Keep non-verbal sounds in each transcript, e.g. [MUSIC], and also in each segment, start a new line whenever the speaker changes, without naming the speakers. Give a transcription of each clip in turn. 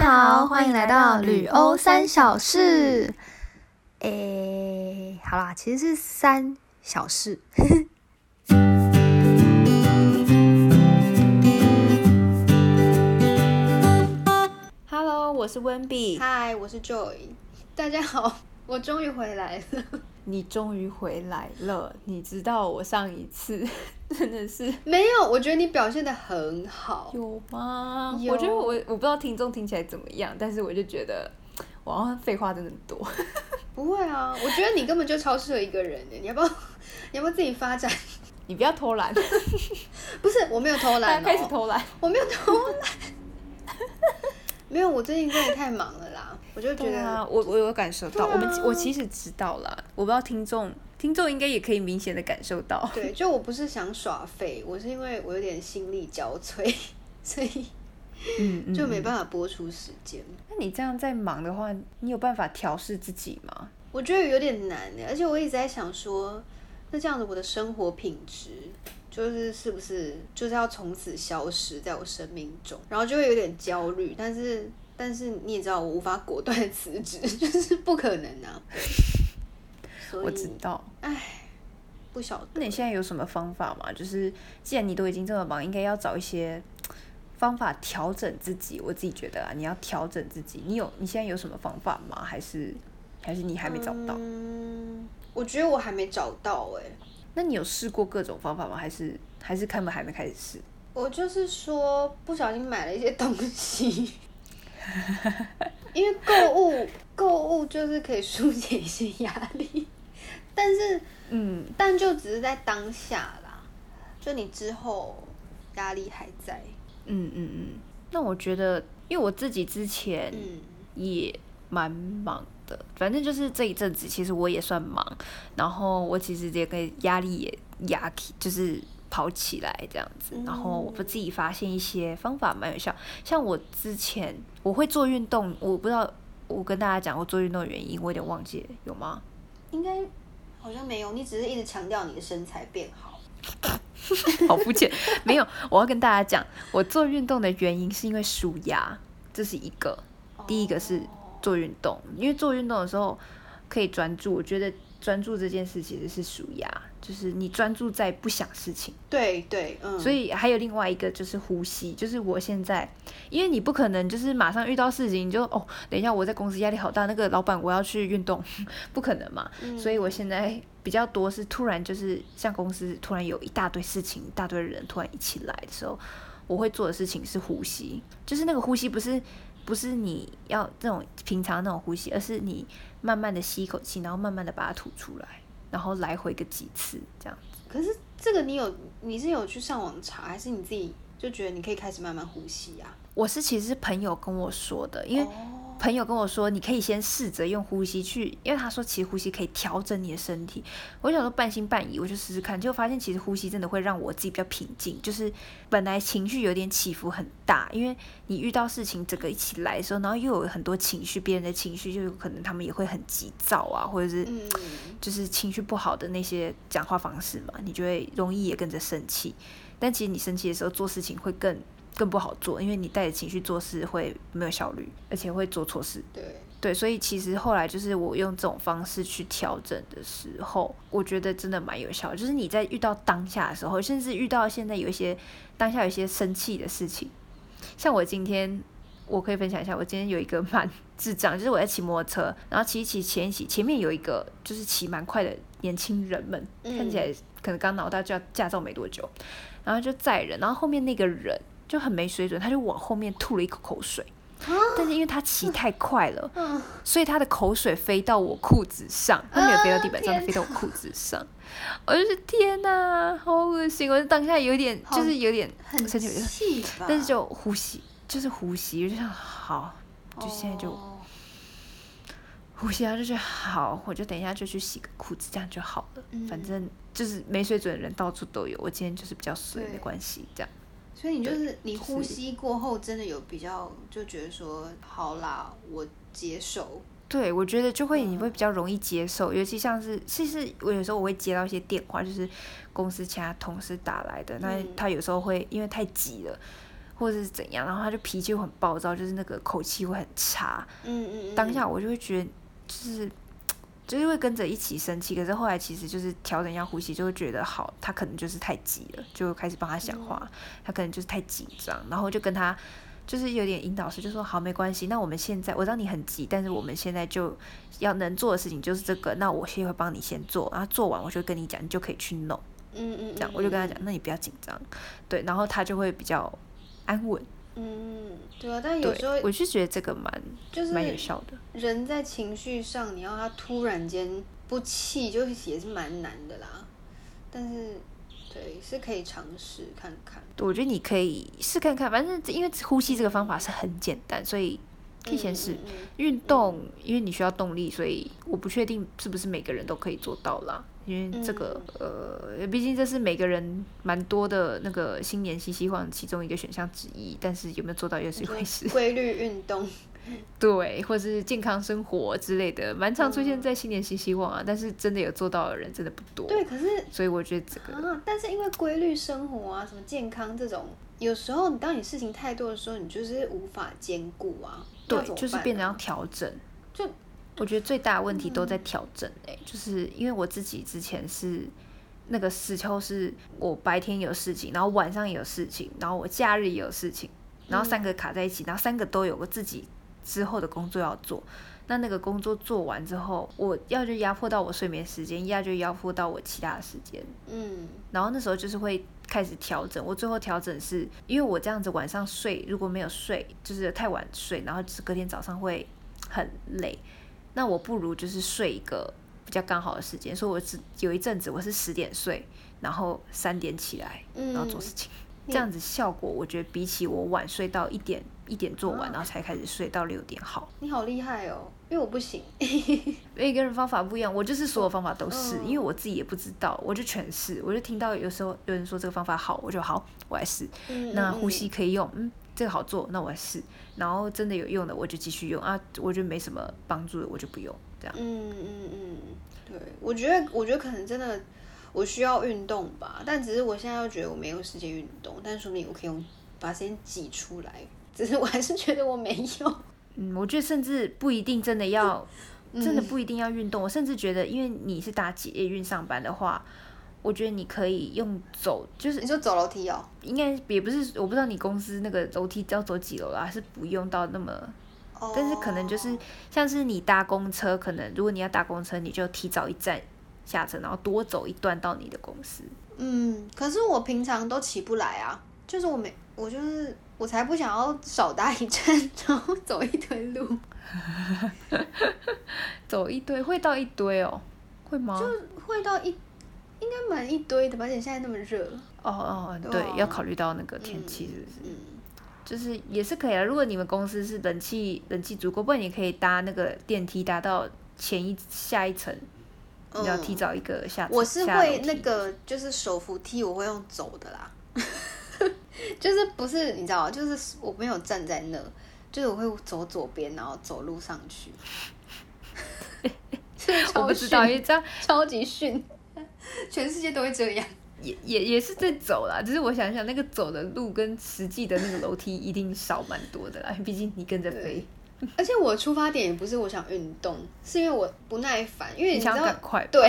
好，欢迎来到旅欧三小事。诶，好啦，其实是三小事。
Hello，我是温碧，
嗨，我是 Joy，大家好， [LAUGHS] 我终于回来了。 [LAUGHS]
你终于回来了。你知道我上一次真的是
没有，我觉得你表现的很好。
有吗？[LAUGHS]
有
我觉得我我不知道听众听起来怎么样，但是我就觉得我好像废话真的很多。 [LAUGHS]
不会啊，我觉得你根本就超适合一个人的。你要不要， [LAUGHS] 你要不要自己发展？ [LAUGHS]
你不要偷懒，
不是，我没有偷
大家 [LAUGHS]
懒、
开始
哦，
偷懒。
我没有偷懒。 [LAUGHS] 没有，我最近真的太忙了啦，我就觉
对
得、
啊，我我有感受到，
对啊
我们我其实知道啦，我不知道听众听众应该也可以明显的感受到。
对，就我不是想耍废，我是因为我有点心力交瘁， [LAUGHS] 所以
嗯嗯。
就没办法播出时间。
那你这样在忙的话，你有办法调试自己吗？
我觉得有点难欸耶，而且我一直在想说，那这样子我的生活品质就是是不是就是要从此消失在我生命中，然后就会有点焦虑，但是。但是你也知道，我无法果断地辞职， [LAUGHS] 就是不可能啊。所
[LAUGHS] 我知
以
道。
不晓得
那你现在有什么方法吗？就是既然你都已经这么忙，应该要找一些方法调整自己。我自己觉得啊，你要调整自己。你有你现在有什么方法吗？还是还是你还没找到？
嗯，我觉得我还没找到哎、
那你有试过各种方法吗？还是还是根本还没开始试？
我就是说，不小心买了一些东 [LAUGHS] 西，因为购物购物就是可以疏解一些压力，但是
嗯，
但就只是在当下啦，就你之后压力还在，
嗯嗯嗯，那我觉得，因为我自己之前
嗯
也蛮忙的，反正就是这一阵子，其实我也算忙，然后我其实这个压力也压起，就是跑起来这样子
嗯，
然后我自己发现一些方法蛮有效，像我之前我会做运动，我不知道我跟大家讲过做运动的原因，我有点忘记了，有吗？
应该好像没有，你只是一直强调你的身材变好，
[LAUGHS] 好肤浅。没有，我要跟大家讲，我做运动的原因是因为舒压，这是一个。第一个是做运动，因为做运动的时候可以专注。我觉得专注这件事其实是舒压，就是你专注在不想事情。
对对，嗯，
所以还有另外一个就是呼吸，就是我现在，因为你不可能就是马上遇到事情你就哦，等一下我在公司压力好大，那个老板我要去运动， [LAUGHS] 不可能嘛。
嗯
所以我现在比较多是突然就是像公司突然有一大堆事情，一大堆人突然一起来的时候，我会做的事情是呼吸，就是那个呼吸不是。不是你要这种平常那种呼吸，而是你慢慢的吸一口气，然后慢慢的把它吐出来，然后来回个几次这样。
可是这个你有你是有去上网查，还是你自己就觉得你可以开始慢慢呼吸啊？
我是其实是朋友跟我说的，因为
哦
朋友跟我说，你可以先试着用呼吸去，因为他说其实呼吸可以调整你的身体。我想说半信半疑，我就试试看，结果发现其实呼吸真的会让我自己比较平静，就是本来情绪有点起伏很大，因为你遇到事情整个一起来的时候，然后又有很多情绪，别人的情绪就有可能他们也会很急躁啊，或者是
嗯，
就是情绪不好的那些讲话方式嘛，你就会容易也跟着生气。但其实你生气的时候做事情会更更不好做，因为你带着情绪做事会没有效率，而且会做错事。
对，
对，所以其实后来就是我用这种方式去调整的时候，我觉得真的蛮有效的。就是你在遇到当下的时候，甚至遇到现在有一些当下有一些生气的事情，像我今天我可以分享一下，我今天有一个 [LAUGHS] 蛮智障，就是我在骑摩托车，然后骑一骑前一骑，前面有一个就是骑蛮快的年轻人们，看起来可能刚拿到驾驾照没多久，然后就载人，然后后面那个人就很没水准，他就往后面吐了一口口水。但是因为他骑太快了，
嗯，
所以他的口水飞到我裤子上，他没有飞到地板上，
啊
他飞到我裤子上。我就是天哪、好恶心！我当下有点，
好
就是有点
很
生气，我就
气吧？
但是就呼吸，就是呼吸，我就想好，就现在就
哦
呼吸，然后就觉得好，我就等一下就去洗个裤子，这样就好了。
嗯
反正就是没水准的人到处都有，我今天就是比较水，
对
没关系，这样。
所以你就是你
就是
呼吸过后，真的有比较就觉得说，好啦，我接受。
对，我觉得就会你会比较容易接受，尤其像是，其实我有时候我会接到一些电话，就是公司其他同事打来的，那
嗯
他有时候会因为太急了，或者是怎样，然后他就脾气会很暴躁，就是那个口气会很差。
嗯嗯嗯，
当下我就会觉得，就是就是会跟着一起生气，可是后来其实就是调整一下呼吸，就会觉得好，他可能就是太急了，就开始帮他讲话，
嗯
他可能就是太紧张，然后就跟他就是有点引导式，就说好没关系，那我们现在我知道你很急，但是我们现在就要能做的事情就是这个，那我先会帮你先做，然后做完我就跟你讲，你就可以去弄，
嗯嗯，
这样我就跟他讲，那你不要紧张，对，然后他就会比较安稳，
嗯，嗯，对啊，但有
对
时候，
我是觉得这个蛮
就是
蛮有效的。
人在情绪上，你要他突然间不气，就也是蛮难的啦。但是，对，是可以尝试看看。
我觉得你可以试看看，反正因为呼吸这个方法是很简单，所以可以先试。
嗯嗯嗯
运动，因为你需要动力，所以我不确定是不是每个人都可以做到啦。因为这个、
嗯
呃，毕竟这是每个人蛮多的那个新年新希望其中一个选项之一，但是有没有做到又是一回事。 [LAUGHS]
规律运动，
对，或是健康生活之类的，蛮常出
嗯
现在新年新希望啊，但是真的有做到的人真的不多。
对，可是
所以我觉得这个
啊，但是因为规律生活啊，什么健康这种，有时候你当你事情太多的时候，你就是无法兼顾啊。要怎
对，
么
就是
办
变得要
啊
调整。
就嗯
我觉得最大的问题都在调整哎、就是因为我自己之前是那个时候是我白天有事情，然后晚上也有事情，然后我假日也有事情，然后
嗯
三个卡在一起，然后三个都有个自己之后的工作要做。那那个工作做完之后，我要就压迫到我睡眠时间，要就压迫到我其他的时间，
嗯
然后那时候就是会开始调整。我最后调整是因为我这样子晚上睡，如果没有睡，就是太晚睡，然后就是隔天早上会很累。那我不如就是睡一个比较刚好的时间，所以我是有一阵子我是十点睡，然后三点起来，
嗯，
然后做事情。这样子效果，我觉得比起我晚睡到一点一点做完，然后才开始睡到六点好。
你好厉害哦，因为我不行。
每个人方法不一样，我就是所有方法都试，
嗯
因为我自己也不知道，我就全试。我就听到有时候有人说这个方法好，我就好，我来试。[LAUGHS]
嗯
那
嗯
呼
嗯
吸可以用，嗯，这个好做，那我来试。然后真的有用的，我就继续用啊，我觉得没什么帮助的，我就不用。这样，
嗯嗯嗯，对，我觉得我觉得可能真的我需要运动吧，但只是我现在又觉得我没有时间运动，但说明我可以用把时间挤出来，只是我还是觉得我没有。
嗯，我觉得甚至不一定真的要，
嗯
真的不一定要运动。我甚至觉得，因为你是搭捷运上班的话，我觉得你可以用走，就是
[LAUGHS] 你说走楼梯哦？
应该也不是，我不知道你公司那个楼梯要走几楼啦，是不用到那么
哦
但是可能就是像是你搭公车，可能如果你要搭公车，你就提早一站下车，然后多走一段到你的公司。
嗯，可是我平常都起不来啊，就是我没，我就是我才不想要少搭一站，然后走一堆路，
走一堆会到一堆哦，会吗？
会到一应该蛮一堆的吧，而且现在那么热，
哦哦，
对
对，
啊
要考虑到那个天气是不是？
嗯，
就是也是可以啊。如果你们公司是冷气冷气足够，不然你可以搭那个电梯搭到前一下一层，你要
嗯
提早一个下。
我是
下楼
会
梯
那个，就是手扶梯，我会用走的啦， [LAUGHS] 就是不是你知道，就是我没有站在那，就是我会走左边，然后走路上
[LAUGHS]
去。
我不知道，因为这样
超级逊，全世界都会这样。
也也也是在走啦，只是我想想那个走的路跟实际的那个楼梯一定少蛮多的啦，毕竟你跟着飞，
而且我出发点也不是我想运动，是因为我不耐烦，因为
你
你知道
想，赶快。
[LAUGHS] 对，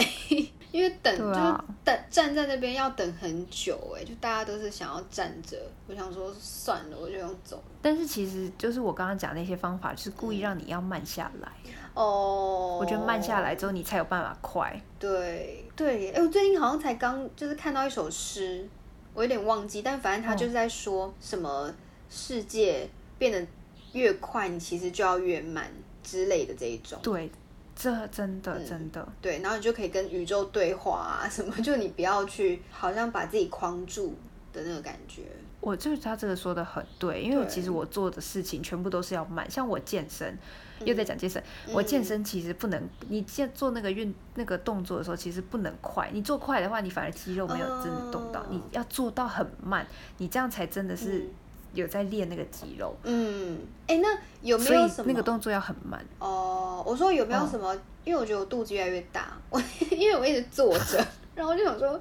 因为等、
对啊
就是等站在那边要等很久、哎，就大家都是想要站着，我想说算了，我就用走
但是其实就是我刚刚讲那些方法，就是故意让你要慢下来。
哦，
我觉得慢下来之后，你才有办法快。
对对耶，哎、我最近好像才刚就是看到一首诗，我有点忘记，但反正他就是在说什么世界变得越快，你其实就要越慢之类的这一种。
对，这真的真的。
对，然后你就可以跟宇宙对话啊，什么就你不要去好像把自己框住的那个感觉。
我就是他这个说的很对，因为
对
其实我做的事情全部都是要慢，像我健身，又
嗯
在讲健身，我健身其实不能，你健做那个运那个动作的时候，其实不能快，你做快的话，你反而肌肉没有真的动到，
哦
你要做到很慢，你这样才真的是
嗯
有在练那个肌肉，
嗯，哎、那有没
所以
有什么
那个嗯动作要很慢。
哦，我说有没有什么？因为我觉得我肚子越来越大，我 [LAUGHS] 因为我一直坐着， [LAUGHS] 然后我就想说，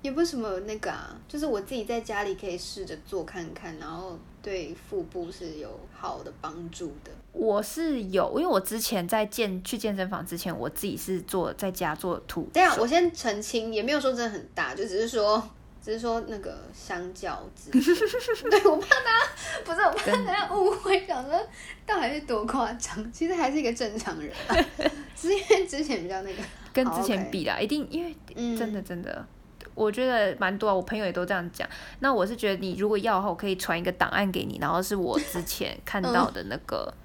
也不是什么那个啊，就是我自己在家里可以试着做看看，然后对腹部是有好的帮助的。
我是有，因为我之前在健去健身房之前，我自己是做在家做徒
这啊样，我先澄清，也没有说真的很大，就只是说，只是说那个相较之下， [LAUGHS] 对我怕大家不是我怕大家误会，想说到底是多夸张，其实还是一个正常人
[LAUGHS]
啊，只是因为之前比较那个，
跟
好
之前
，OK
比啦，一定因为
嗯，
真的真的，我觉得蛮多啊，我朋友也都这样讲。那我是觉得你如果要的话，我可以传一个档案给你，然后是我之前看到的那个
嗯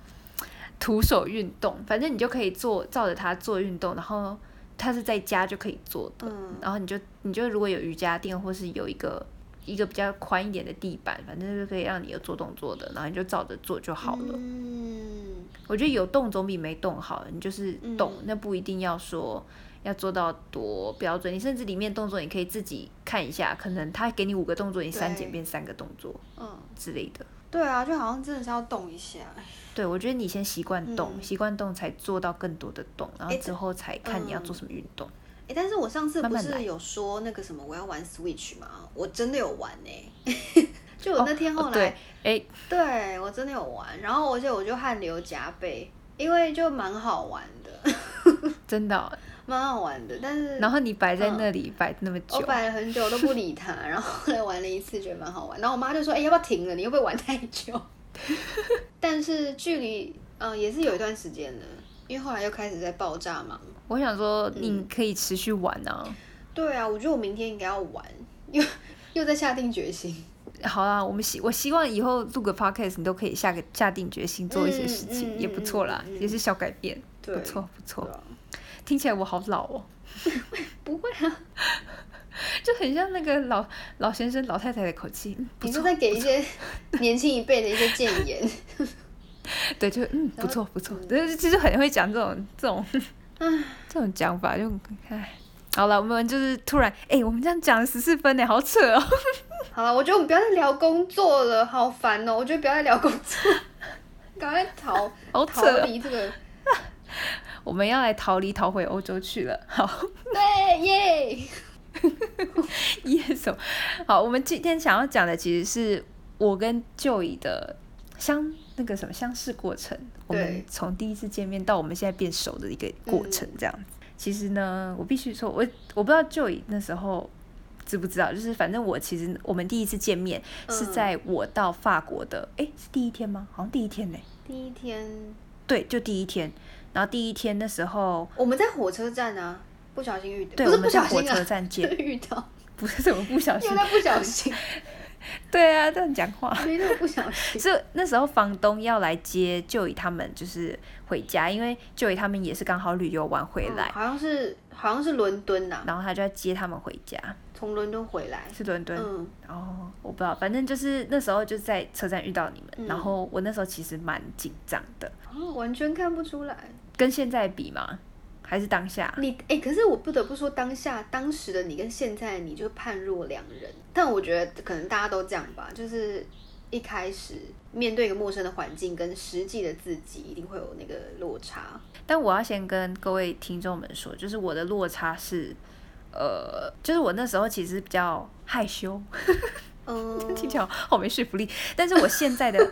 徒手运动，反正你就可以做照着它做运动，然后它是在家就可以做的，
嗯
然后你就你就如果有瑜伽垫或是有一个。一个比较宽一点的地板，反正就可以让你有做动作的，然后你就照着做就好了。
嗯，
我觉得有动总比没动好，你就是动，
嗯
那不一定要说要做到多标准，你甚至里面动作你可以自己看一下，可能他给你五个动作，你删减
对
变三个动作
嗯，
之类的。
对啊，就好像真的是要动一下，哎
对，我觉得你先习惯动，
嗯
习惯动才做到更多的动，然后
诶
之后才看你要
嗯
做什么运动。
哎、但是我上次
慢
不
慢来
是有说那个什么我要玩 Switch 吗？我真的有玩哎、 [LAUGHS] 就我那天后
哦
来、
对，哎，
对我真的有玩，然后而且我就汗流浃背，因为就蛮好玩的， [LAUGHS]
真的哦、
蛮好玩的。但是
然后你摆在那里摆那么
嗯我
久，
摆了很久都不理它，然后后来玩了一次，觉得蛮好玩。然后我妈就说：“哎、要不要停了？你会不会玩太久？” [LAUGHS] 但是距离嗯、呃也是有一段时间的，因为后来又开始在爆炸忙。
我想说
嗯
你可以持续玩啊。
对啊，我觉得我明天应该要玩，又又在下定决心
好啦，我们希我希望以后录个 podcast，你都可以下个下定决心做一些事情，
嗯嗯嗯
也不错啦，
嗯嗯
也是小改变，
对
不错不错。
对啊
听起来我好老哦，
不会啊，
就很像那个老老先生老太太的口气，嗯、不
你
错
就，在给一些 [LAUGHS] 年轻一辈的一些谏言。
对，就嗯
然后
不错不错，就是就是很会讲这种这种 [LAUGHS] 这种讲法，就唉。好了，我们就是突然，哎、我们这样讲了十四分呢，好扯哦。 [LAUGHS]
好了，我觉得我们不要再聊工作了，好烦哦、我觉得不要再聊工作， [LAUGHS] 赶快逃
好扯
逃
哦
离这个。
我们要来逃离，逃回欧洲去了。好
对耶，
，yes，哦好，我们今天想要讲的其实是我跟舅姨的相那个什么相识过程，我们
对
从第一次见面到我们现在变熟的一个过程，这样子。其实呢，我必须说，我我不知道 Joy 那时候知不知道，就是反正我其实我们第一次见面是
嗯
在我到法国的，诶，是第一天吗？好像第一天呢、
第一天
对，就第一天。然后第一天的时候，
我们在火车站啊，不小心遇到，
对，
不
我
是
们
不
在
小
火
心
车
啊，
站
就
见，
[LAUGHS] 遇到，
不是怎么不小心
又，在不小心，
对啊，这样讲话。
没那么不小心。
是那时候房东要来接舅姨他们，就是回家，因为舅姨他们也是刚好旅游完回来
嗯，好像是好像是伦敦呐、
然后他就要接他们回家，
从伦敦回来。
是伦敦。
嗯，
哦，我不知道，反正就是那时候就在车站遇到你们，
嗯
然后我那时候其实蛮紧张的，
哦完全看不出来。
跟现在比嘛，还是当下，
你哎、可是我不得不说，当下当时的你跟现在的你就判若两人。但我觉得可能大家都这样吧，就是一开始面对一个陌生的环境，跟实际的自己一定会有那个落差。
但我要先跟各位听众们说，就是我的落差是，呃，就是我那时候其实比较害羞，
嗯，
[LAUGHS] 听起来好没说服力。但是我现在
[LAUGHS]
的，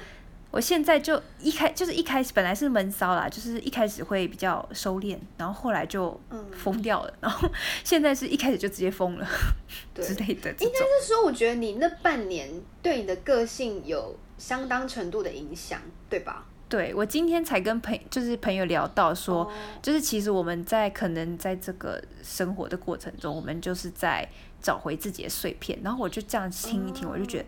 我现在就一开就是一开始本来是闷骚啦，就是一开始会比较收敛，然后后来就
嗯
疯掉了，然后 [LAUGHS] 现在是一开始就直接疯了
对
之类的这
应该
种。
是说，我觉得你那半年对你的个性有相当程度的影响，对吧？
对我今天才跟朋就是朋友聊到说，
哦
就是其实我们在可能在这个生活的过程中，我们就是在找回自己的碎片。然后我就这样听一听，我就
哦
觉得。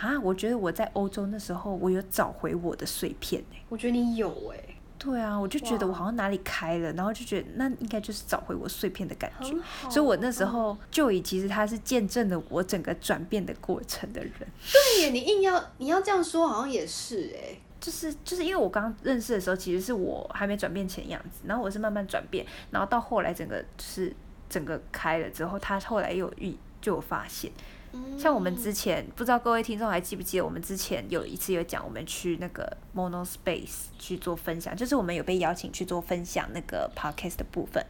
啊，我觉得我在欧洲那时候，我有找回我的碎片欸
我觉得你有哎、
对啊，我就觉得我
哇
好像哪里开了，然后就觉得那应该就是找回我碎片的感觉
很。嗯好
所以我那时候就以其实他是见证了我整个转变的过程的人，
对耶，你硬要你要这样说，好像也是哎、
就是就是因为我刚认识的时候，其实是我还没转变前样子，然后我是慢慢转变，然后到后来整个就是整个开了之后，他后来又有遇就有发现，
嗯
像我们之前不知道各位听众还记不记得，我们之前有一次有讲，我们去那个 Mono Space 去做分享，就是我们有被邀请去做分享那个 podcast 的部分，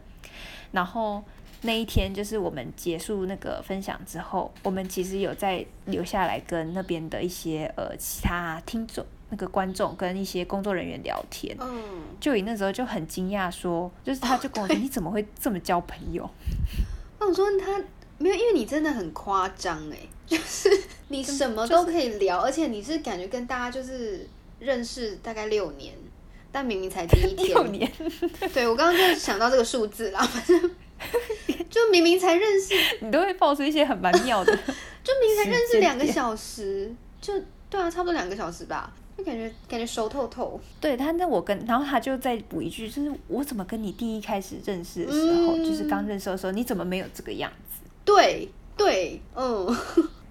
然后那一天就是我们结束那个分享之后，我们其实有在留下来跟那边的一些呃其他听众、那个观众跟一些工作人员聊天。
嗯，
就你那时候就很惊讶说，就是他就跟我说、你怎么会这么交朋友？
我想说他没有，因为你真的很夸张
[LAUGHS]
哎，就是你什么
就
都
是
可以聊，而且你是感觉跟大家就是认识大概六年，但明明才第一天
六，年，
[LAUGHS] 对我刚刚就想到这个数字啦，反正就明明才认识，
你都会爆出一些很蛮妙的。
就明明才认
时
识
间
两个
点
小时，就对啊，差不多两个小时吧，就感觉感觉熟透透。
对他，那我跟，然后他就再补一句，就是我怎么跟你第一开始认识的时候，就是
嗯
刚认识的时候，你怎么没有这个样子？
对对，嗯，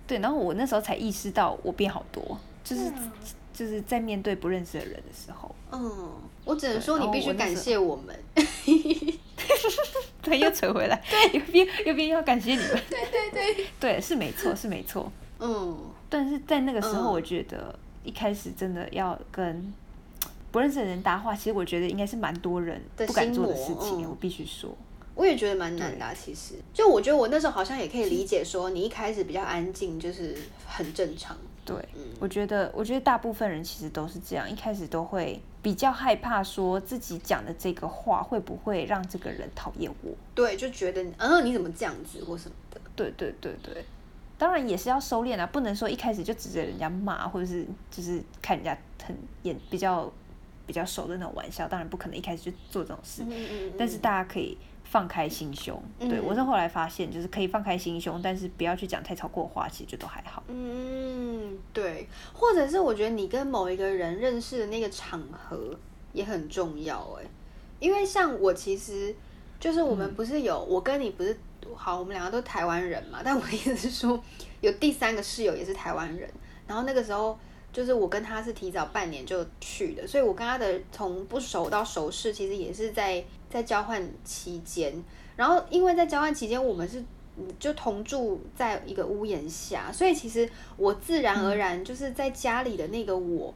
对，然后我那时候才意识到我变好多，就是、
对啊
就是在面对不认识的人的时候， [LAUGHS]
嗯，我只能
对
说你
然后
必须
我那
感
时候
谢我们。
对，
[LAUGHS]
又扯回来，对，又变又变要感谢你们，
对对对，
[LAUGHS] 对，是没错，是没错。
嗯，
但是在那个时候，
嗯
我觉得一开始真的要跟不认识的人搭话，其实我觉得应该是蛮多人
的
不敢
心
做的
魔
事情，
嗯
我必须说。
我也觉得蛮难的啊、其实，就我觉得我那时候好像也可以理解，说你一开始比较安静，就是很正常。嗯
对，我觉得，我觉得大部分人其实都是这样，一开始都会比较害怕，说自己讲的这个话会不会让这个人讨厌我？
对，就觉得你嗯你怎么这样子或什么的，
对对对对，当然也是要收敛啊，不能说一开始就指着人家骂，或者是就是看人家很眼比较比较熟的那种玩笑，当然不可能一开始就做这种事，
嗯嗯
但是大家可以放开心胸。对
嗯
我是后来发现，就是可以放开心胸，但是不要去讲太超过话，其实就都还好。
嗯对，或者是我觉得你跟某一个人认识的那个场合也很重要哎、因为像我其实就是我们不是有、我跟你不是好，我们两个都台湾人嘛，但我的意思是说有第三个室友也是台湾人，然后那个时候就是我跟他是提早半年就去的，所以我跟他的从不熟到熟识，其实也是在在交换期间。然后因为在交换期间，我们是嗯就同住在一个屋檐下，所以其实我自然而然就是在家里的那个我。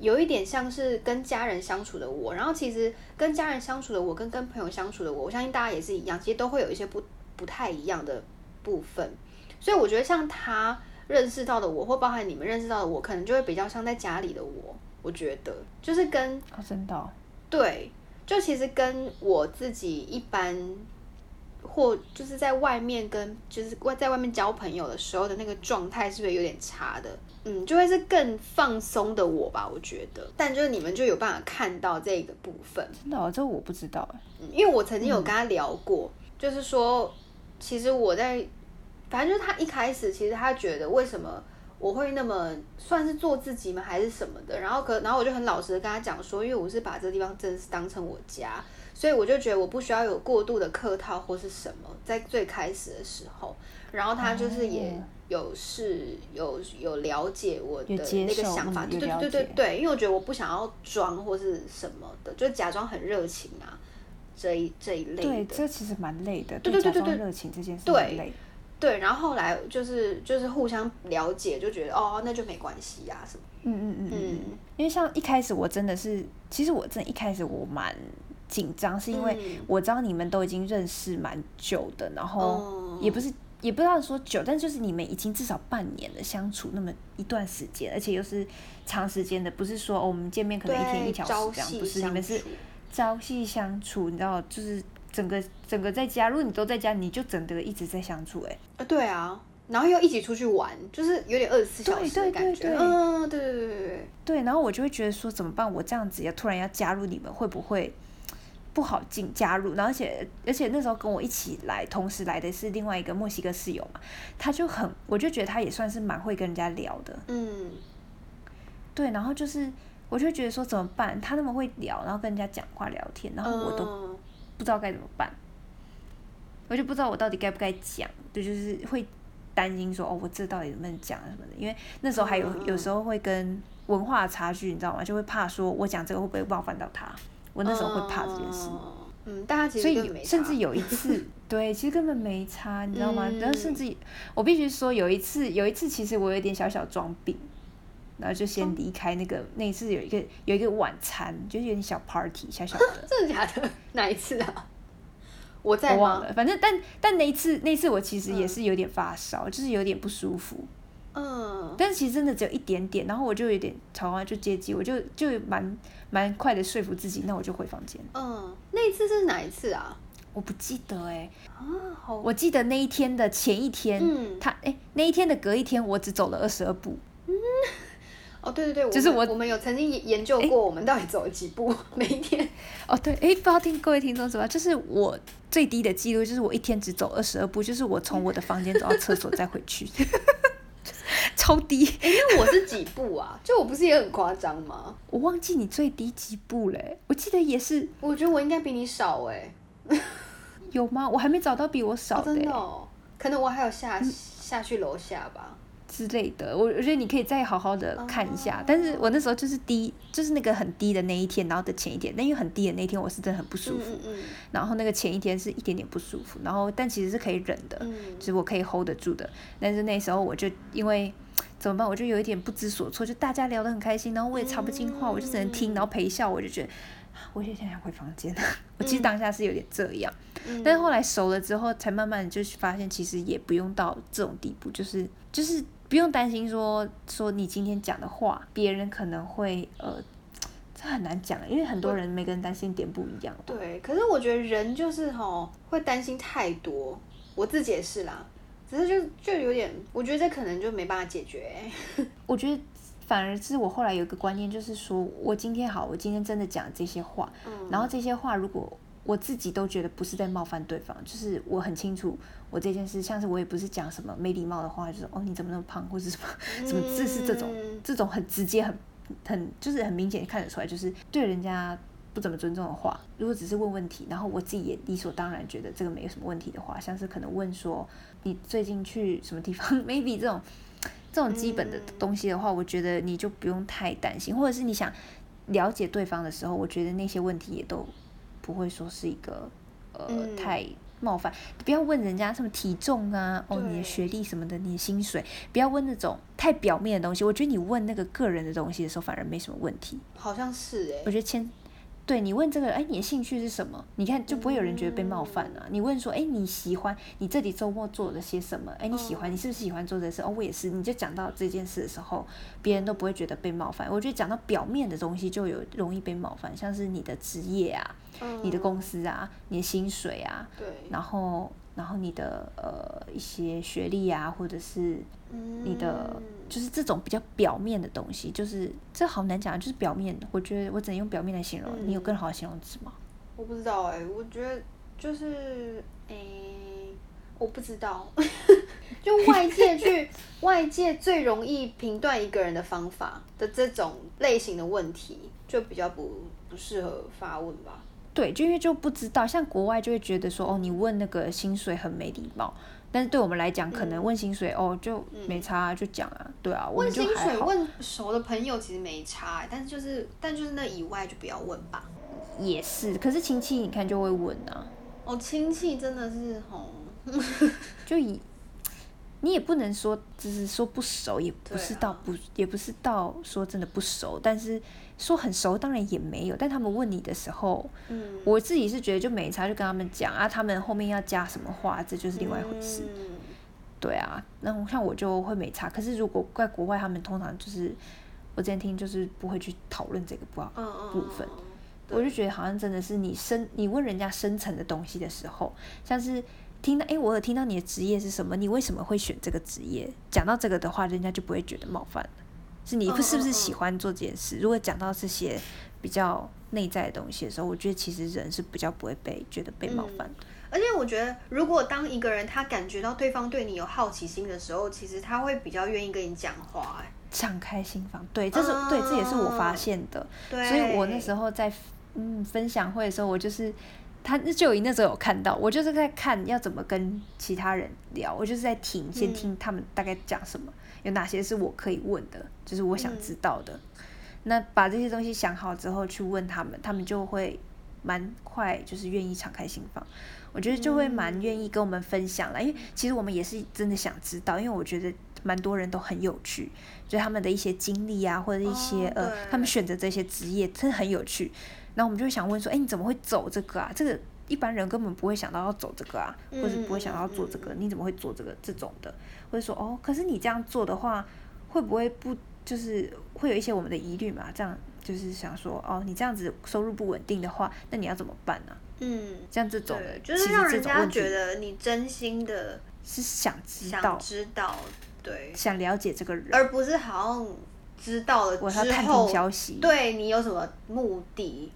有一点像是跟家人相处的我，然后其实跟家人相处的我跟跟朋友相处的我，我相信大家也是一样，其实都会有一些不不太一样的部分。所以我觉得像他认识到的我，或包含你们认识到的我，可能就会比较像在家里的我。我觉得就是跟
哦，真的哦、
对，就其实跟我自己一般或就是在外面跟就是外在外面交朋友的时候的那个状态，是不是有点差的？嗯，就会是更放松的我吧，我觉得。但就是你们就有办法看到这个部分，
真的、哦，这我不知道哎。
嗯因为我曾经有跟他聊过，就是说，其实我在，反正就是他一开始其实他觉得为什么我会那么算是做自己吗，还是什么的？然后可，然后我就很老实的跟他讲说，因为我是把这地方真的是当成我家，所以我就觉得我不需要有过度的客套或是什么，在最开始的时候，然后他就是也
哦
有是有有了解我的
有接
那个
受
想法，
嗯
对对
有了
对对
解
对，因为我觉得我不想要装或是什么的，就假装很热情啊。这一这一类
对，
的。
这其实蛮累的。
对对
假
对对
装
对
热情这件事
对
很累。
对，然后后来就是就是互相了解，就觉得哦，那就没关系呀、什么。
嗯嗯嗯嗯嗯。
嗯，
因为像一开始我真的是，其实我真的一开始我蛮紧张，是因为
嗯
我知道你们都已经认识蛮久的，然后
哦
也不是也不知道说久，但就是你们已经至少半年了相处那么一段时间，而且又是长时间的，不是说、哦、我们见面可能一天
对
一小
朝
时这样，
夕
不是你
相
们是
处
朝夕相处，你知道就是。整个整个在家，如果你都在家，你就整个一直在相处、欸，哎，
啊，对啊，然后又一起出去玩，就是有点二十四小
对
时的
对
感
对
觉。
对
嗯，对对对对对，
对，然后我就会觉得说怎么办？我这样子要突然要加入你们，会不会不好进加入？然后而且而且那时候跟我一起来，同时来的是另外一个墨西哥室友嘛，他就很，我就觉得他也算是蛮会跟人家聊的，
嗯，
对，然后就是我就觉得说怎么办？他那么会聊，然后跟人家讲话聊天，然后我都
嗯
不知道该怎么办，我就不知道我到底该不该讲，对，就是会担心说哦，我这到底能不能讲啊什么的，因为那时候还有、
嗯嗯嗯
有时候会跟文化差距，你知道吗？就会怕说我讲这个会不会冒犯到他，我那时候会怕这件事。
嗯。嗯，大家其
所
实根本
以
没
甚
差
至有一
[LAUGHS]
次，对，其实根本没差，你知道吗？然后甚
嗯
至我必须说，有一次，有一次其实我有一点小小装病，然后就先离开那个、那一次有一个
[LAUGHS]
有一个晚餐，就是有点小 party 小小的，
真的假的？哪一次啊？我在
我忘
吗？
了，反正但但那一次那一次我其实也是有点发烧，就是有点不舒服，
嗯，
但是其实真的只有一点点，然后我就有点吵完就接机，我就就蛮蛮快的说服自己，那我就回房间。
嗯，那一次是哪一次啊？
我不记得哎、
啊，好，
我记得那一天的前一天，
嗯，
他哎、那一天的隔一天，我只走了二十二步，
哦，对对对，
就是
我们
我
我们有曾经研研究过，我们到底走了几步，每一
[LAUGHS]
天。
哦，对，哎，不知道听各位听众知不知道，就是我最低的记录，就是我一天只走二十二步，就是我从我的房间走到厕所再回 [LAUGHS] 去，超低。
哎，那我 [LAUGHS] 是几步啊？就我不是也很夸张吗？
我忘记你最低几步嘞，我记得也是
我觉得我应该比你少哎、
有吗？我还没找到比我少
哦，真
欸
的哦，可能我还有下、
嗯
下去楼下吧。
之类的，我我觉得你可以再好好的看一
哦
下。但是我那时候就是低，就是那个很低的那一天，然后的前一天，那因为很低的那一天我是真的很不舒
嗯
服，
嗯嗯
然后那个前一天是一点点不舒服，然后但其实是可以忍的，
嗯
就是我可以 hold 得住的。但是那时候我就因为怎么办，我就有一点不知所措，就大家聊得很开心，然后我也插不进话，
嗯
我就只能听，然后陪笑，我就觉得。啊我也想想回房间， [LAUGHS] 我其实当下是有点这样，
嗯，
但是后来熟了之后，才慢慢就发现，其实也不用到这种地步，就是就是不用担心说说你今天讲的话，别人可能会呃，这很难讲，因为很多人每个人担心点不一样。
对，可是我觉得人就是吼会担心太多，我自己也是啦。只是就就有点，我觉得这可能就没办法解决欸、
我觉得反而是我后来有一个观念，就是说我今天好，我今天真的讲这些话，
嗯
然后这些话如果我自己都觉得不是在冒犯对方，就是我很清楚我这件事，像是我也不是讲什么没礼貌的话，就是哦你怎么那么胖或者什么 [LAUGHS] 什么字是这种
嗯
这种很直接很很就是很明显看得出来，就是对人家。不怎么尊重的话，如果只是问问题，然后我自己也理所当然觉得这个没有什么问题的话，像是可能问说你最近去什么地方 [LAUGHS] ，maybe 这种这种基本的
嗯
东西的话，我觉得你就不用太担心，或者是你想了解对方的时候，我觉得那些问题也都不会说是一个呃、
嗯
太冒犯。不要问人家什么体重啊，哦你
对
的学历什么的，你的薪水，不要问那种太表面的东西。我觉得你问那个个人的东西的时候，反而没什么问题。
好像是哎、
我觉得签，对你问这个，哎，你的兴趣是什么？你看就不会有人觉得被冒犯啊。你问说，哎，你喜欢你这里周末做了些什么？哎，你喜欢，你是不是喜欢做这事？哦，我也是。你就讲到这件事的时候，别人都不会觉得被冒犯。我觉得讲到表面的东西就有容易被冒犯，像是你的职业啊、
嗯
你的公司啊、你的薪水啊，
对，
然后然后你的呃一些学历啊，或者是你
你
的就是这种比较表面的东西，就是这好难讲，就是表面。我觉得我只能用表面来形容，你有
嗯
更好的形容词吗？
我不知道哎、我觉得就是诶、我不知道， [LAUGHS] 就外
[LAUGHS]
界去外界最容易评断一个人的方法的这种类型的问题，就比较不不适合发问吧。
对，就因为就不知道，像国外就会觉得说，哦，你问那个薪水很没礼貌，但是对我们来讲，可能问薪水、哦就没差、啊，就讲啊，对啊，我
嗯问
们就
薪
还
水
好，
问熟的朋友其实没差、欸，但是就是但就是那以外就不要问吧。
也是。可是亲戚你看就会问啊，
哦，亲戚真的是吼，
就以你也不能说，就是说不熟，也不是
对啊
到不，也不是到说真的不熟，但是说很熟当然也没有。但他们问你的时候，
嗯，
我自己是觉得就没差，就跟他们讲啊，他们后面要加什么话，这就是另外一回事。
嗯
对啊，那我像我就会没差。可是如果在国外，他们通常就是我之前听就是不会去讨论这个不好。
嗯嗯
部分
嗯
我就觉得好像真的是你深，你问人家深层的东西的时候，像是听到哎、诶我有听到你的职业是什么，你为什么会选这个职业？讲到这个的话，人家就不会觉得冒犯了，是你
嗯嗯
是不是
嗯
喜欢做这件事？如果讲到这些比较内在的东西的时候，我觉得其实人是比较不会被觉得被冒
嗯
犯的。
而且我觉得，如果当一个人他感觉到对方对你有好奇心的时候，其实他会比较愿意跟你讲话、哎，
敞开心房，对，这是、对，这也是
啊
我发现的。
对，
所以我那时候在嗯分享会的时候，我就是他就有那时候有看到，我就是在看要怎么跟其他人聊，我就是在听，先听他们大概讲什么，有哪些是我可以问的，就是我想知道的。那把这些东西想好之后去问他们，他们就会蛮快，就是愿意敞开心房。我觉得就会蛮愿意跟我们分享啦，因为其实我们也是真的想知道，因为我觉得蛮多人都很有趣，就是他们的一些经历啊，或者一些、
哦
呃，
对
他们选择这些职业真的很有趣。然后我们就会想问说，哎，你怎么会走这个啊？这个一般人根本不会想到要走这个啊，
嗯
或者不会想到做这个，你怎么会做这个这种的？或者说哦，可是你这样做的话，会不会不就是会有一些我们的疑虑嘛？这样就是想说哦，你这样子收入不稳定的话，那你要怎么办呢、
嗯，
像这种
对，，就
其
是
实
让
这
人
种
家
问题
觉得你真心的
是想知
想
道、
知道，对，
想了解这个人，
而不是好像知道了
我要
之
探听
后，
消息。
对你有什么目的？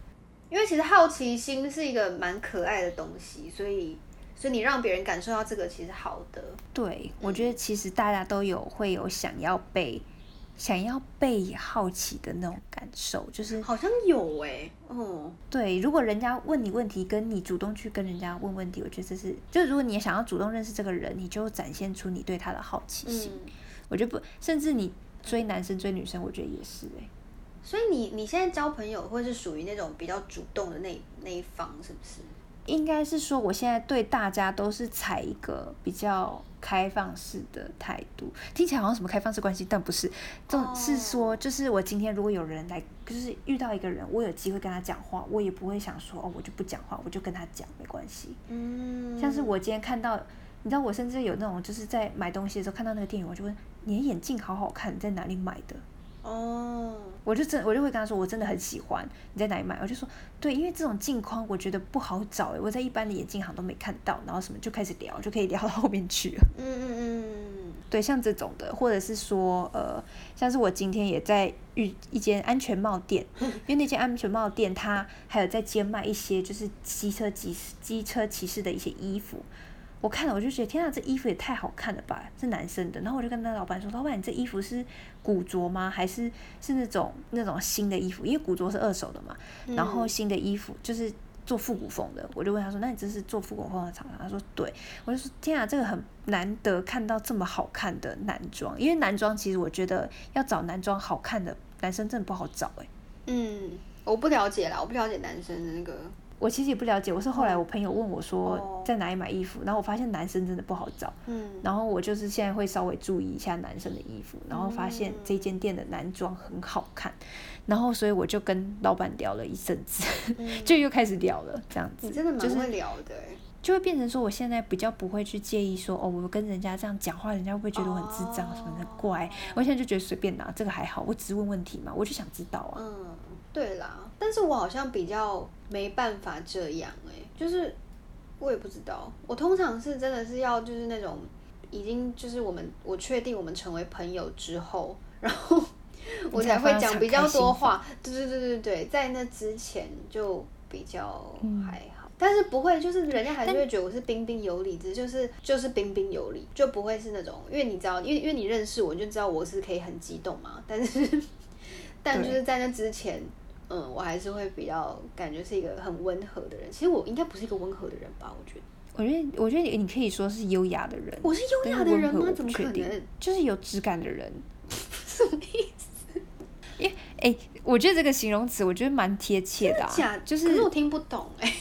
因为其实好奇心是一个蛮可爱的东西，所以所以你让别人感受到这个其实好的，
对，我觉得
嗯
其实大家都有会有想要被想要被好奇的那种感受，就是
好像有哎、嗯，
对，如果人家问你问题，跟你主动去跟人家问问题，我觉得这是，就如果你也想要主动认识这个人，你就展现出你对他的好奇心。
嗯，
我觉得不，甚至你追男生追女生，我觉得也是哎、
所以你你现在交朋友会是属于那种比较主动的那那一方，是不是？
应该是说，我现在对大家都是采一个比较开放式的态度，听起来好像什么开放式关系，但不是，这
哦
种是说，就是我今天如果有人来，就是遇到一个人，我有机会跟他讲话，我也不会想说哦，我就不讲话，我就跟他讲没关系。
嗯，
像是我今天看到，你知道，我甚至有那种就是在买东西的时候看到那个店员，我就问你的眼镜好好看，你在哪里买的？
哦，
我就真我就会跟他说，我真的很喜欢，你在哪里买？我就说，对，因为这种镜框我觉得不好找、欸，我在一般的眼镜行都没看到，然后什么就开始聊，就可以聊到后面去了。
嗯嗯嗯
对，像这种的，或者是说，呃，像是我今天也在遇一间安全帽店， [LAUGHS] 因为那间安全帽店它还有在兼卖一些就是机车骑士机车骑士的一些衣服。我看了我就觉得天啊，这衣服也太好看了吧，是男生的。然后我就跟那老板说，老板你这衣服是古着吗？还是是那种那种新的衣服？因为古着是二手的嘛，
嗯，
然后
嗯
新的衣服就是做复古风的，我就问他说：“那你这是做复古风的厂商？”他说：“对。”我就说：“天啊，这个很难得看到这么好看的男装，因为男装其实我觉得要找男装好看的男生真的不好找哎、
嗯，我不了解啦，我不了解男生的那个，
我其实也不了解，我是后来我朋友问我
哦
说在哪里买衣服，然后我发现男生真的不好找，
嗯，
然后我就是现在会稍微注意一下男生的衣服，然后发现这间店的男装很好看，然后所以我就跟老板聊了一阵子，[LAUGHS]
嗯
就又开始聊了这样子，
你真的
就
蛮
是
会聊的、欸，
就会变成说，我现在比较不会去介意说，哦，我跟人家这样讲话，人家会不会觉得我很智障什么的
哦
怪？我现在就觉得随便拿，这个还好，我只是问问题嘛，我就想知道啊。
嗯，对啦，但是我好像比较没办法这样哎、就是我也不知道，我通常是真的是要就是那种已经就是我们我确定我们成为朋友之后，然后 [LAUGHS] 我才会讲比较多话，对对对对对，在那之前就比较还好。但是不会，就是人家还是会觉得我是彬彬有礼，只是就是就是彬彬有礼，就不会是那种，因为你知道，因为因为你认识我，你就知道我是可以很激动嘛。但是但就是在那之前，嗯，我还是会比较感觉是一个很温和的人。其实我应该不是一个温和的人吧？我觉得
我觉得，我觉得你可以说是优雅的人，
我是优雅
但
的
温
人
和
吗
我？不
怎么可
确定
能？
就是有质感的人。
什么意思？
哎、我觉得这个形容词，我觉得蛮贴切的、啊，
假
就
可是
是
我听不懂哎、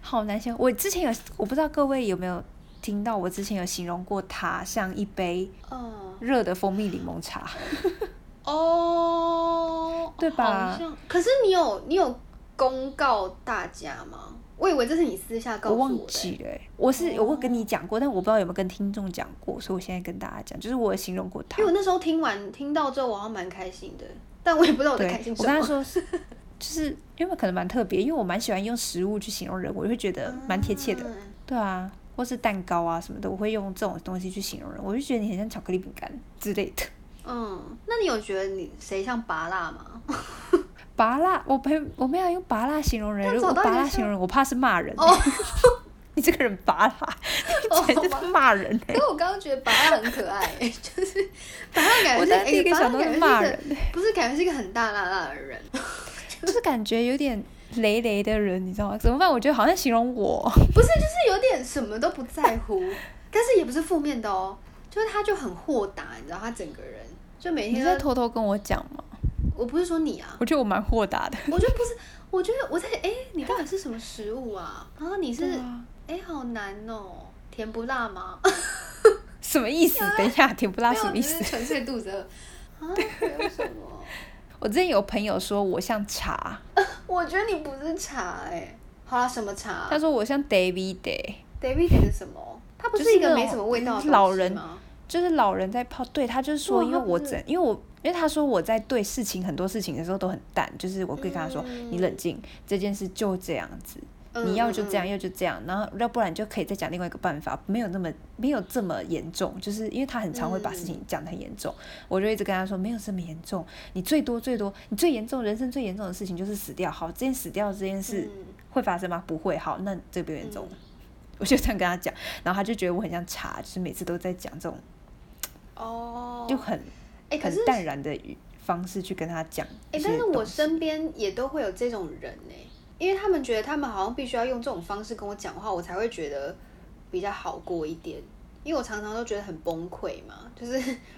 好难形容。我之前有，我不知道各位有没有听到，我之前有形容过它像一杯
嗯，
热的蜂蜜柠檬茶。
哦，
对吧
好像可是你有你有公告大家吗？我以为这是你私下告
我
诉我
忘
的、
记了欸、我是
哦
我有跟你讲过，但我不知道有没有跟听众讲过，所以我现在跟大家讲，就是我有形容过他
因为。我那时候听完听到之后，我好像蛮开心的，但我也不知道我在
对
开心，什
我
么。
跟他说是，就是因为可能蛮特别，因为我蛮喜欢用食物去形容人，我会觉得蛮贴切的。
嗯
对啊，或是蛋糕啊什么的，我会用这种东西去形容人，我就觉得你很像巧克力饼干之类的。
嗯，那你有觉得你谁像拔蜡吗？
拔蜡，我没我没有用拔蜡形容人，
但
如果
找到
拔
一个
蜡
像
形容人，我怕是骂人。
哦
[LAUGHS] 你这个人拔蜡，
[LAUGHS] 哦
简直是骂人欸、
因为我刚刚觉得拔蜡很可爱、欸就是拔蜡感觉
我
是
当时第一
哎
个
拔蜡
想到
感觉
是
是
骂
一个
人欸、
不是感觉是一个很大辣辣的人，
就是感觉有点雷雷的人，你知道吗？怎么办？我觉得好像形容我，
不是就是有点什么都不在乎，但是也不是负面的哦，就是他就很豁达，你知道他整个人就每
你
天
在
都
偷偷跟我讲吗？
我不是说你啊，
我觉得我蛮豁达的。
我觉得不是，我觉得我在哎、你到底是什么食物啊？然后你是
对
哎、
啊
好难哦，甜不辣吗？
[LAUGHS]
[LAUGHS]
什么意思？等一下，甜不辣
啊没有
什么意思 [LAUGHS]
只是？纯粹肚子饿啊，没有什么。
[LAUGHS]
[LAUGHS] 啊
我之前有朋友说我像茶，
我觉得你不是茶哎、好了，什么茶
他说我像 David 欸 Day，
？David 点的什么？它不
就是
一个
那
没
种
什么味道的
嗯老
东西
人
吗？
就是老人在泡。对他就是说，
对啊
因为
他不
我
是
整，因为我因为他说我在对事情很多事情的时候都很淡，就是我可以跟他说，
嗯
你冷静，这件事就这样子。你要就这样，
嗯，
要就这样，然后要不然就可以再讲另外一个办法，没有那么没有这么严重，就是因为他很常会把事情讲得很严重，
嗯
我就一直跟他说没有这么严重，你最多最多，你最严重人生最严重的事情就是死掉，好，这件死掉这件事
嗯
会发生吗？不会，好，那这个不严重
嗯，
[LAUGHS] 我就这样跟他讲，然后他就觉得我很像茶，就是每次都在讲这种
哦，
就很
哎，可
很
是
淡然的语方式去跟他讲一
哎、
些
但
东西，
是我身边也都会有这种人呢、因为他们觉得他们好像必须要用这种方式跟我讲话，我才会觉得比较好过一点。因为我常常都觉得很崩溃嘛， [LAUGHS] 就是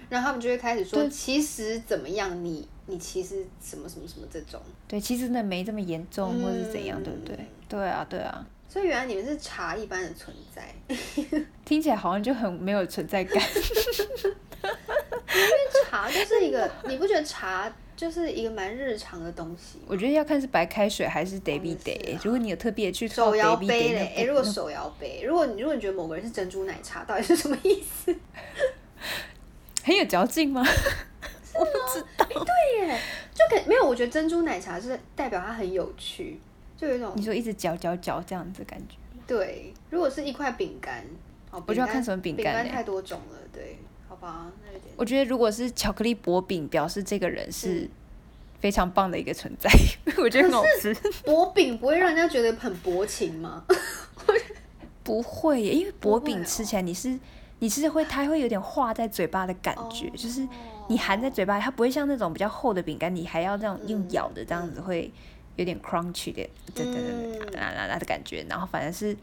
然后他们就会开始说，
对
其实怎么样，你你其实什么什么什么这种。
对，其实那没这么严重，或是怎样，对不对
嗯？
对啊，对啊。
所以原来你们是茶一般的存在， [LAUGHS]
听起来好像就很没有存在感。 [LAUGHS]
茶就是一个，你不觉得茶就是一个蛮日常的东西吗？
我觉得要看是白开水还是 David
也是
Day、
啊
如果你有特别去泡
手摇
David
杯
Day，
嘞，
那
哎、
不
如果手摇杯，如果你如果你觉得某个人是珍珠奶茶，到底是什么意思？
很有嚼劲吗？ [LAUGHS] 我不知道。
[LAUGHS] 就可没有，我觉得珍珠奶茶是代表它很有趣，就有一种
你说一直嚼嚼嚼这样子的感觉，
对。如果是一块饼干，哦，
我就要看什么饼
饼
干
干
嘞
太多种了，对，好吧，那有点
我觉得如果是巧克力薄饼，表示这个人是
嗯
非常棒的一个存在， [LAUGHS] 我觉得很好吃。
薄饼不会让人家觉得很薄情吗？ [LAUGHS]
不会耶，因为薄
不会
饼
哦
吃起来你是、你是会它会有点化在嘴巴的感觉，
哦
就是你含在嘴巴，它不会像那种比较厚的饼干，你还要这样用
嗯
咬的这样子会有点 crunchy 的，对对对
嗯
对，啦啦啦的感觉。然后反正是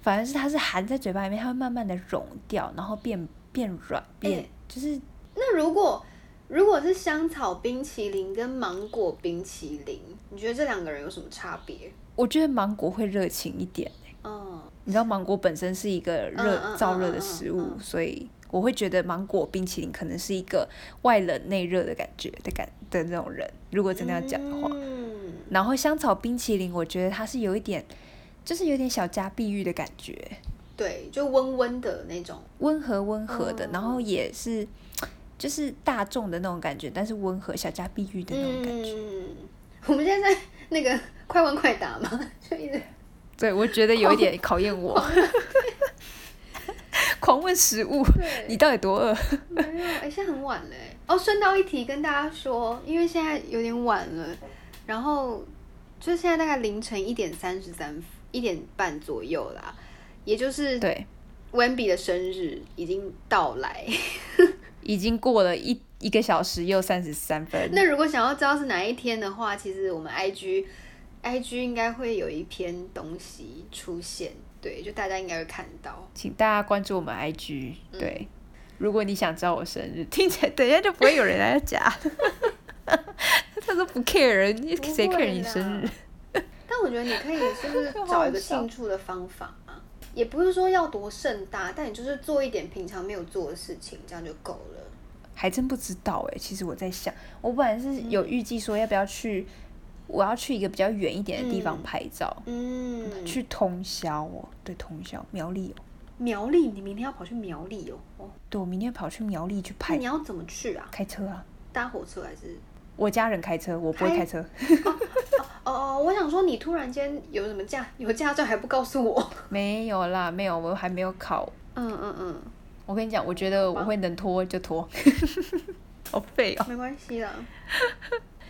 反正是它是含在嘴巴里面，它会慢慢的溶掉，然后变变软，变、
哎
就是
那如果如果是香草冰淇淋跟芒果冰淇淋，你觉得这两个人有什么差别？
我觉得芒果会热情一点。
嗯，
你知道芒果本身是一个热、
嗯嗯
燥热
嗯
的
嗯
食物，
嗯
所以我会觉得芒果冰淇淋可能是一个外冷内热的感觉的感的那种人。如果真的要讲的话，
嗯，
然后香草冰淇淋，我觉得它是有一点，就是有点小家碧玉的感觉，
对，就温温的那种，
温和温和的，
哦
然后也是就是大众的那种感觉，但是温和小家碧玉的那种感觉。
嗯，我们现在在那个快问快答嘛， [LAUGHS] 就一直。
对，我觉得有一
哦
点考验我， [LAUGHS] 狂问食物，
对，
你到底多饿？ [LAUGHS]
没有，哎、现在很晚了哎。哦，顺道一提跟大家说，因为现在有点晚了，然后就现在大概凌晨一点三十三、一点半左右啦，也就是
对。
温比的生日已经到
[LAUGHS]
来。
已经过了一一个小时又三十三分。
那如果想要知道是哪一天的话，其实我们 IG IG 应该会有一篇东西出现，对，就大家应该会看到。
请大家关注我们 IG，、对。
嗯
如果你想知道我生日，听起来等一下就不会有人来假。 [LAUGHS] 他说不 care，你
不会
谁 care 你生日
啦？但我觉得你可以是 [LAUGHS] 不是找一个庆祝的方法啊？也不是说要多盛大，但你就是做一点平常没有做的事情，这样就够了。
还真不知道哎、其实我在想，我本来是有预计说要不要去，我要去一个比较远一点的地方
嗯
拍照，
嗯，
去通宵哦，对，通宵苗栗哦，
苗栗，你明天要跑去苗栗哦。哦，
对我明天跑去苗栗去
那
拍
你，要怎么去啊？
开车啊，
搭火车还是？
我家人开车，我不会
拍
开车。
哦哦，我想说你突然间有什么驾有驾照还不告诉我？
没有啦，没有，我还没有考。
[LAUGHS] 嗯嗯嗯，
我跟你讲，我觉得我会能拖就拖， [LAUGHS] 好废哦。
没关系 [LAUGHS] 啦，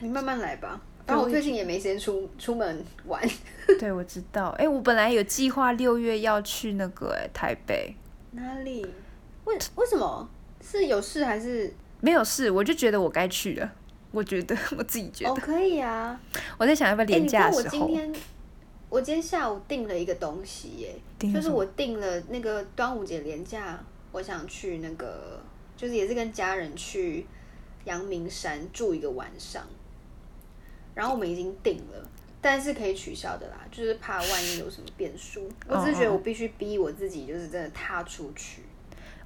你慢慢来吧。然后我最近也没时间出出门玩。
对，我知道。哎、我本来有计划六月要去那个、诶台北，
[LAUGHS] 哪里？为为什么？是有事还是？
没有事，我就觉得我该去了。我觉得 [LAUGHS] 我自己觉得，
哦，可以啊。
我在想要不要
哎，
廉
你知
价
道
的
我
时
今
候，
天，我今天下午订了一个东西耶，
订了
就是
什么
我订了那个端午节连假，我想去那个，就是也是跟家人去阳明山住一个晚上，然后我们已经订了。但是可以取消的啦，就是怕万一有什么变数。我只是觉
哦
得我必须逼我自己，就是真的踏出去，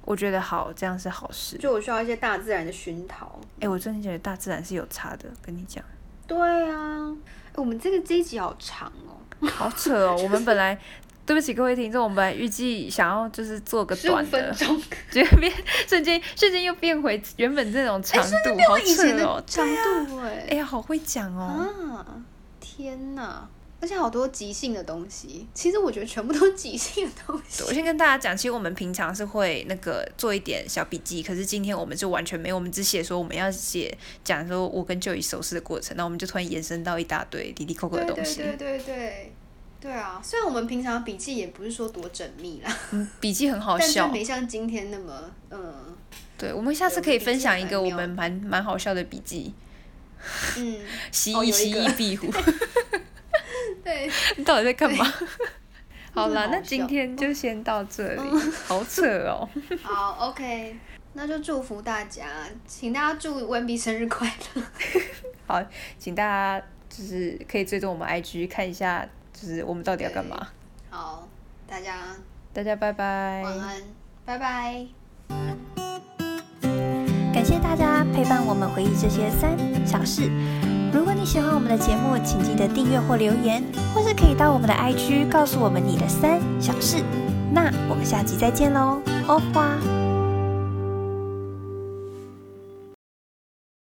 我觉得好，这样是好事。
就我需要一些大自然的熏陶。 [LAUGHS]
哎、我真的觉得大自然是有差的，跟你讲，
对啊，哎我们这个这一集好长哦，
好扯哦！我们本来，对不起各位听众，我们本来预计想要就是做个
十五
短
分
的， [LAUGHS]
钟。
结果变瞬间瞬间又变回原本这种长度，好
以前
扯
的
哦！
长度哎、
哎呀，好会讲哦！
啊，天哪！而且好多即兴的东西，其实我觉得全部都是即兴的东西。
我先跟大家讲，其实我们平常是会那个做一点小笔记，可是今天我们就完全没有，我们只写说我们要写讲说我跟舅姨熟识的过程，那我们就突然延伸到一大堆滴滴扣扣的
对
东
对
西
对。对对，对啊。虽然我们平常笔记也不是说多缜密啦，
嗯，笔记很好
但就
笑。
没像今天那么嗯
对，我们下次
对
可以
我们笔记
分享
很
一个我
妙
们蛮蛮好笑的笔记，
嗯，
蜥
哦
蜴
有一
蜥
个
蜴壁虎。 [LAUGHS]
对，
你到底在
[LAUGHS]
干嘛？好
真的
啦，
好
那今
笑
天就先到这
[LAUGHS]
里，好扯哦。
好 OK。那就祝福大家，请大家祝温比生日快乐。
好，请大家就是可以追踪我们 IG 看一下，就是我们到底要干嘛。
好，大家
大家拜拜，
晚安，拜拜。
感谢大家陪伴我们回忆这些三小事。如果你喜欢我们的节目，请记得订阅或留言，或是可以到我们的 IG 告诉我们你的三小事。那我们下集再见喽，欧花。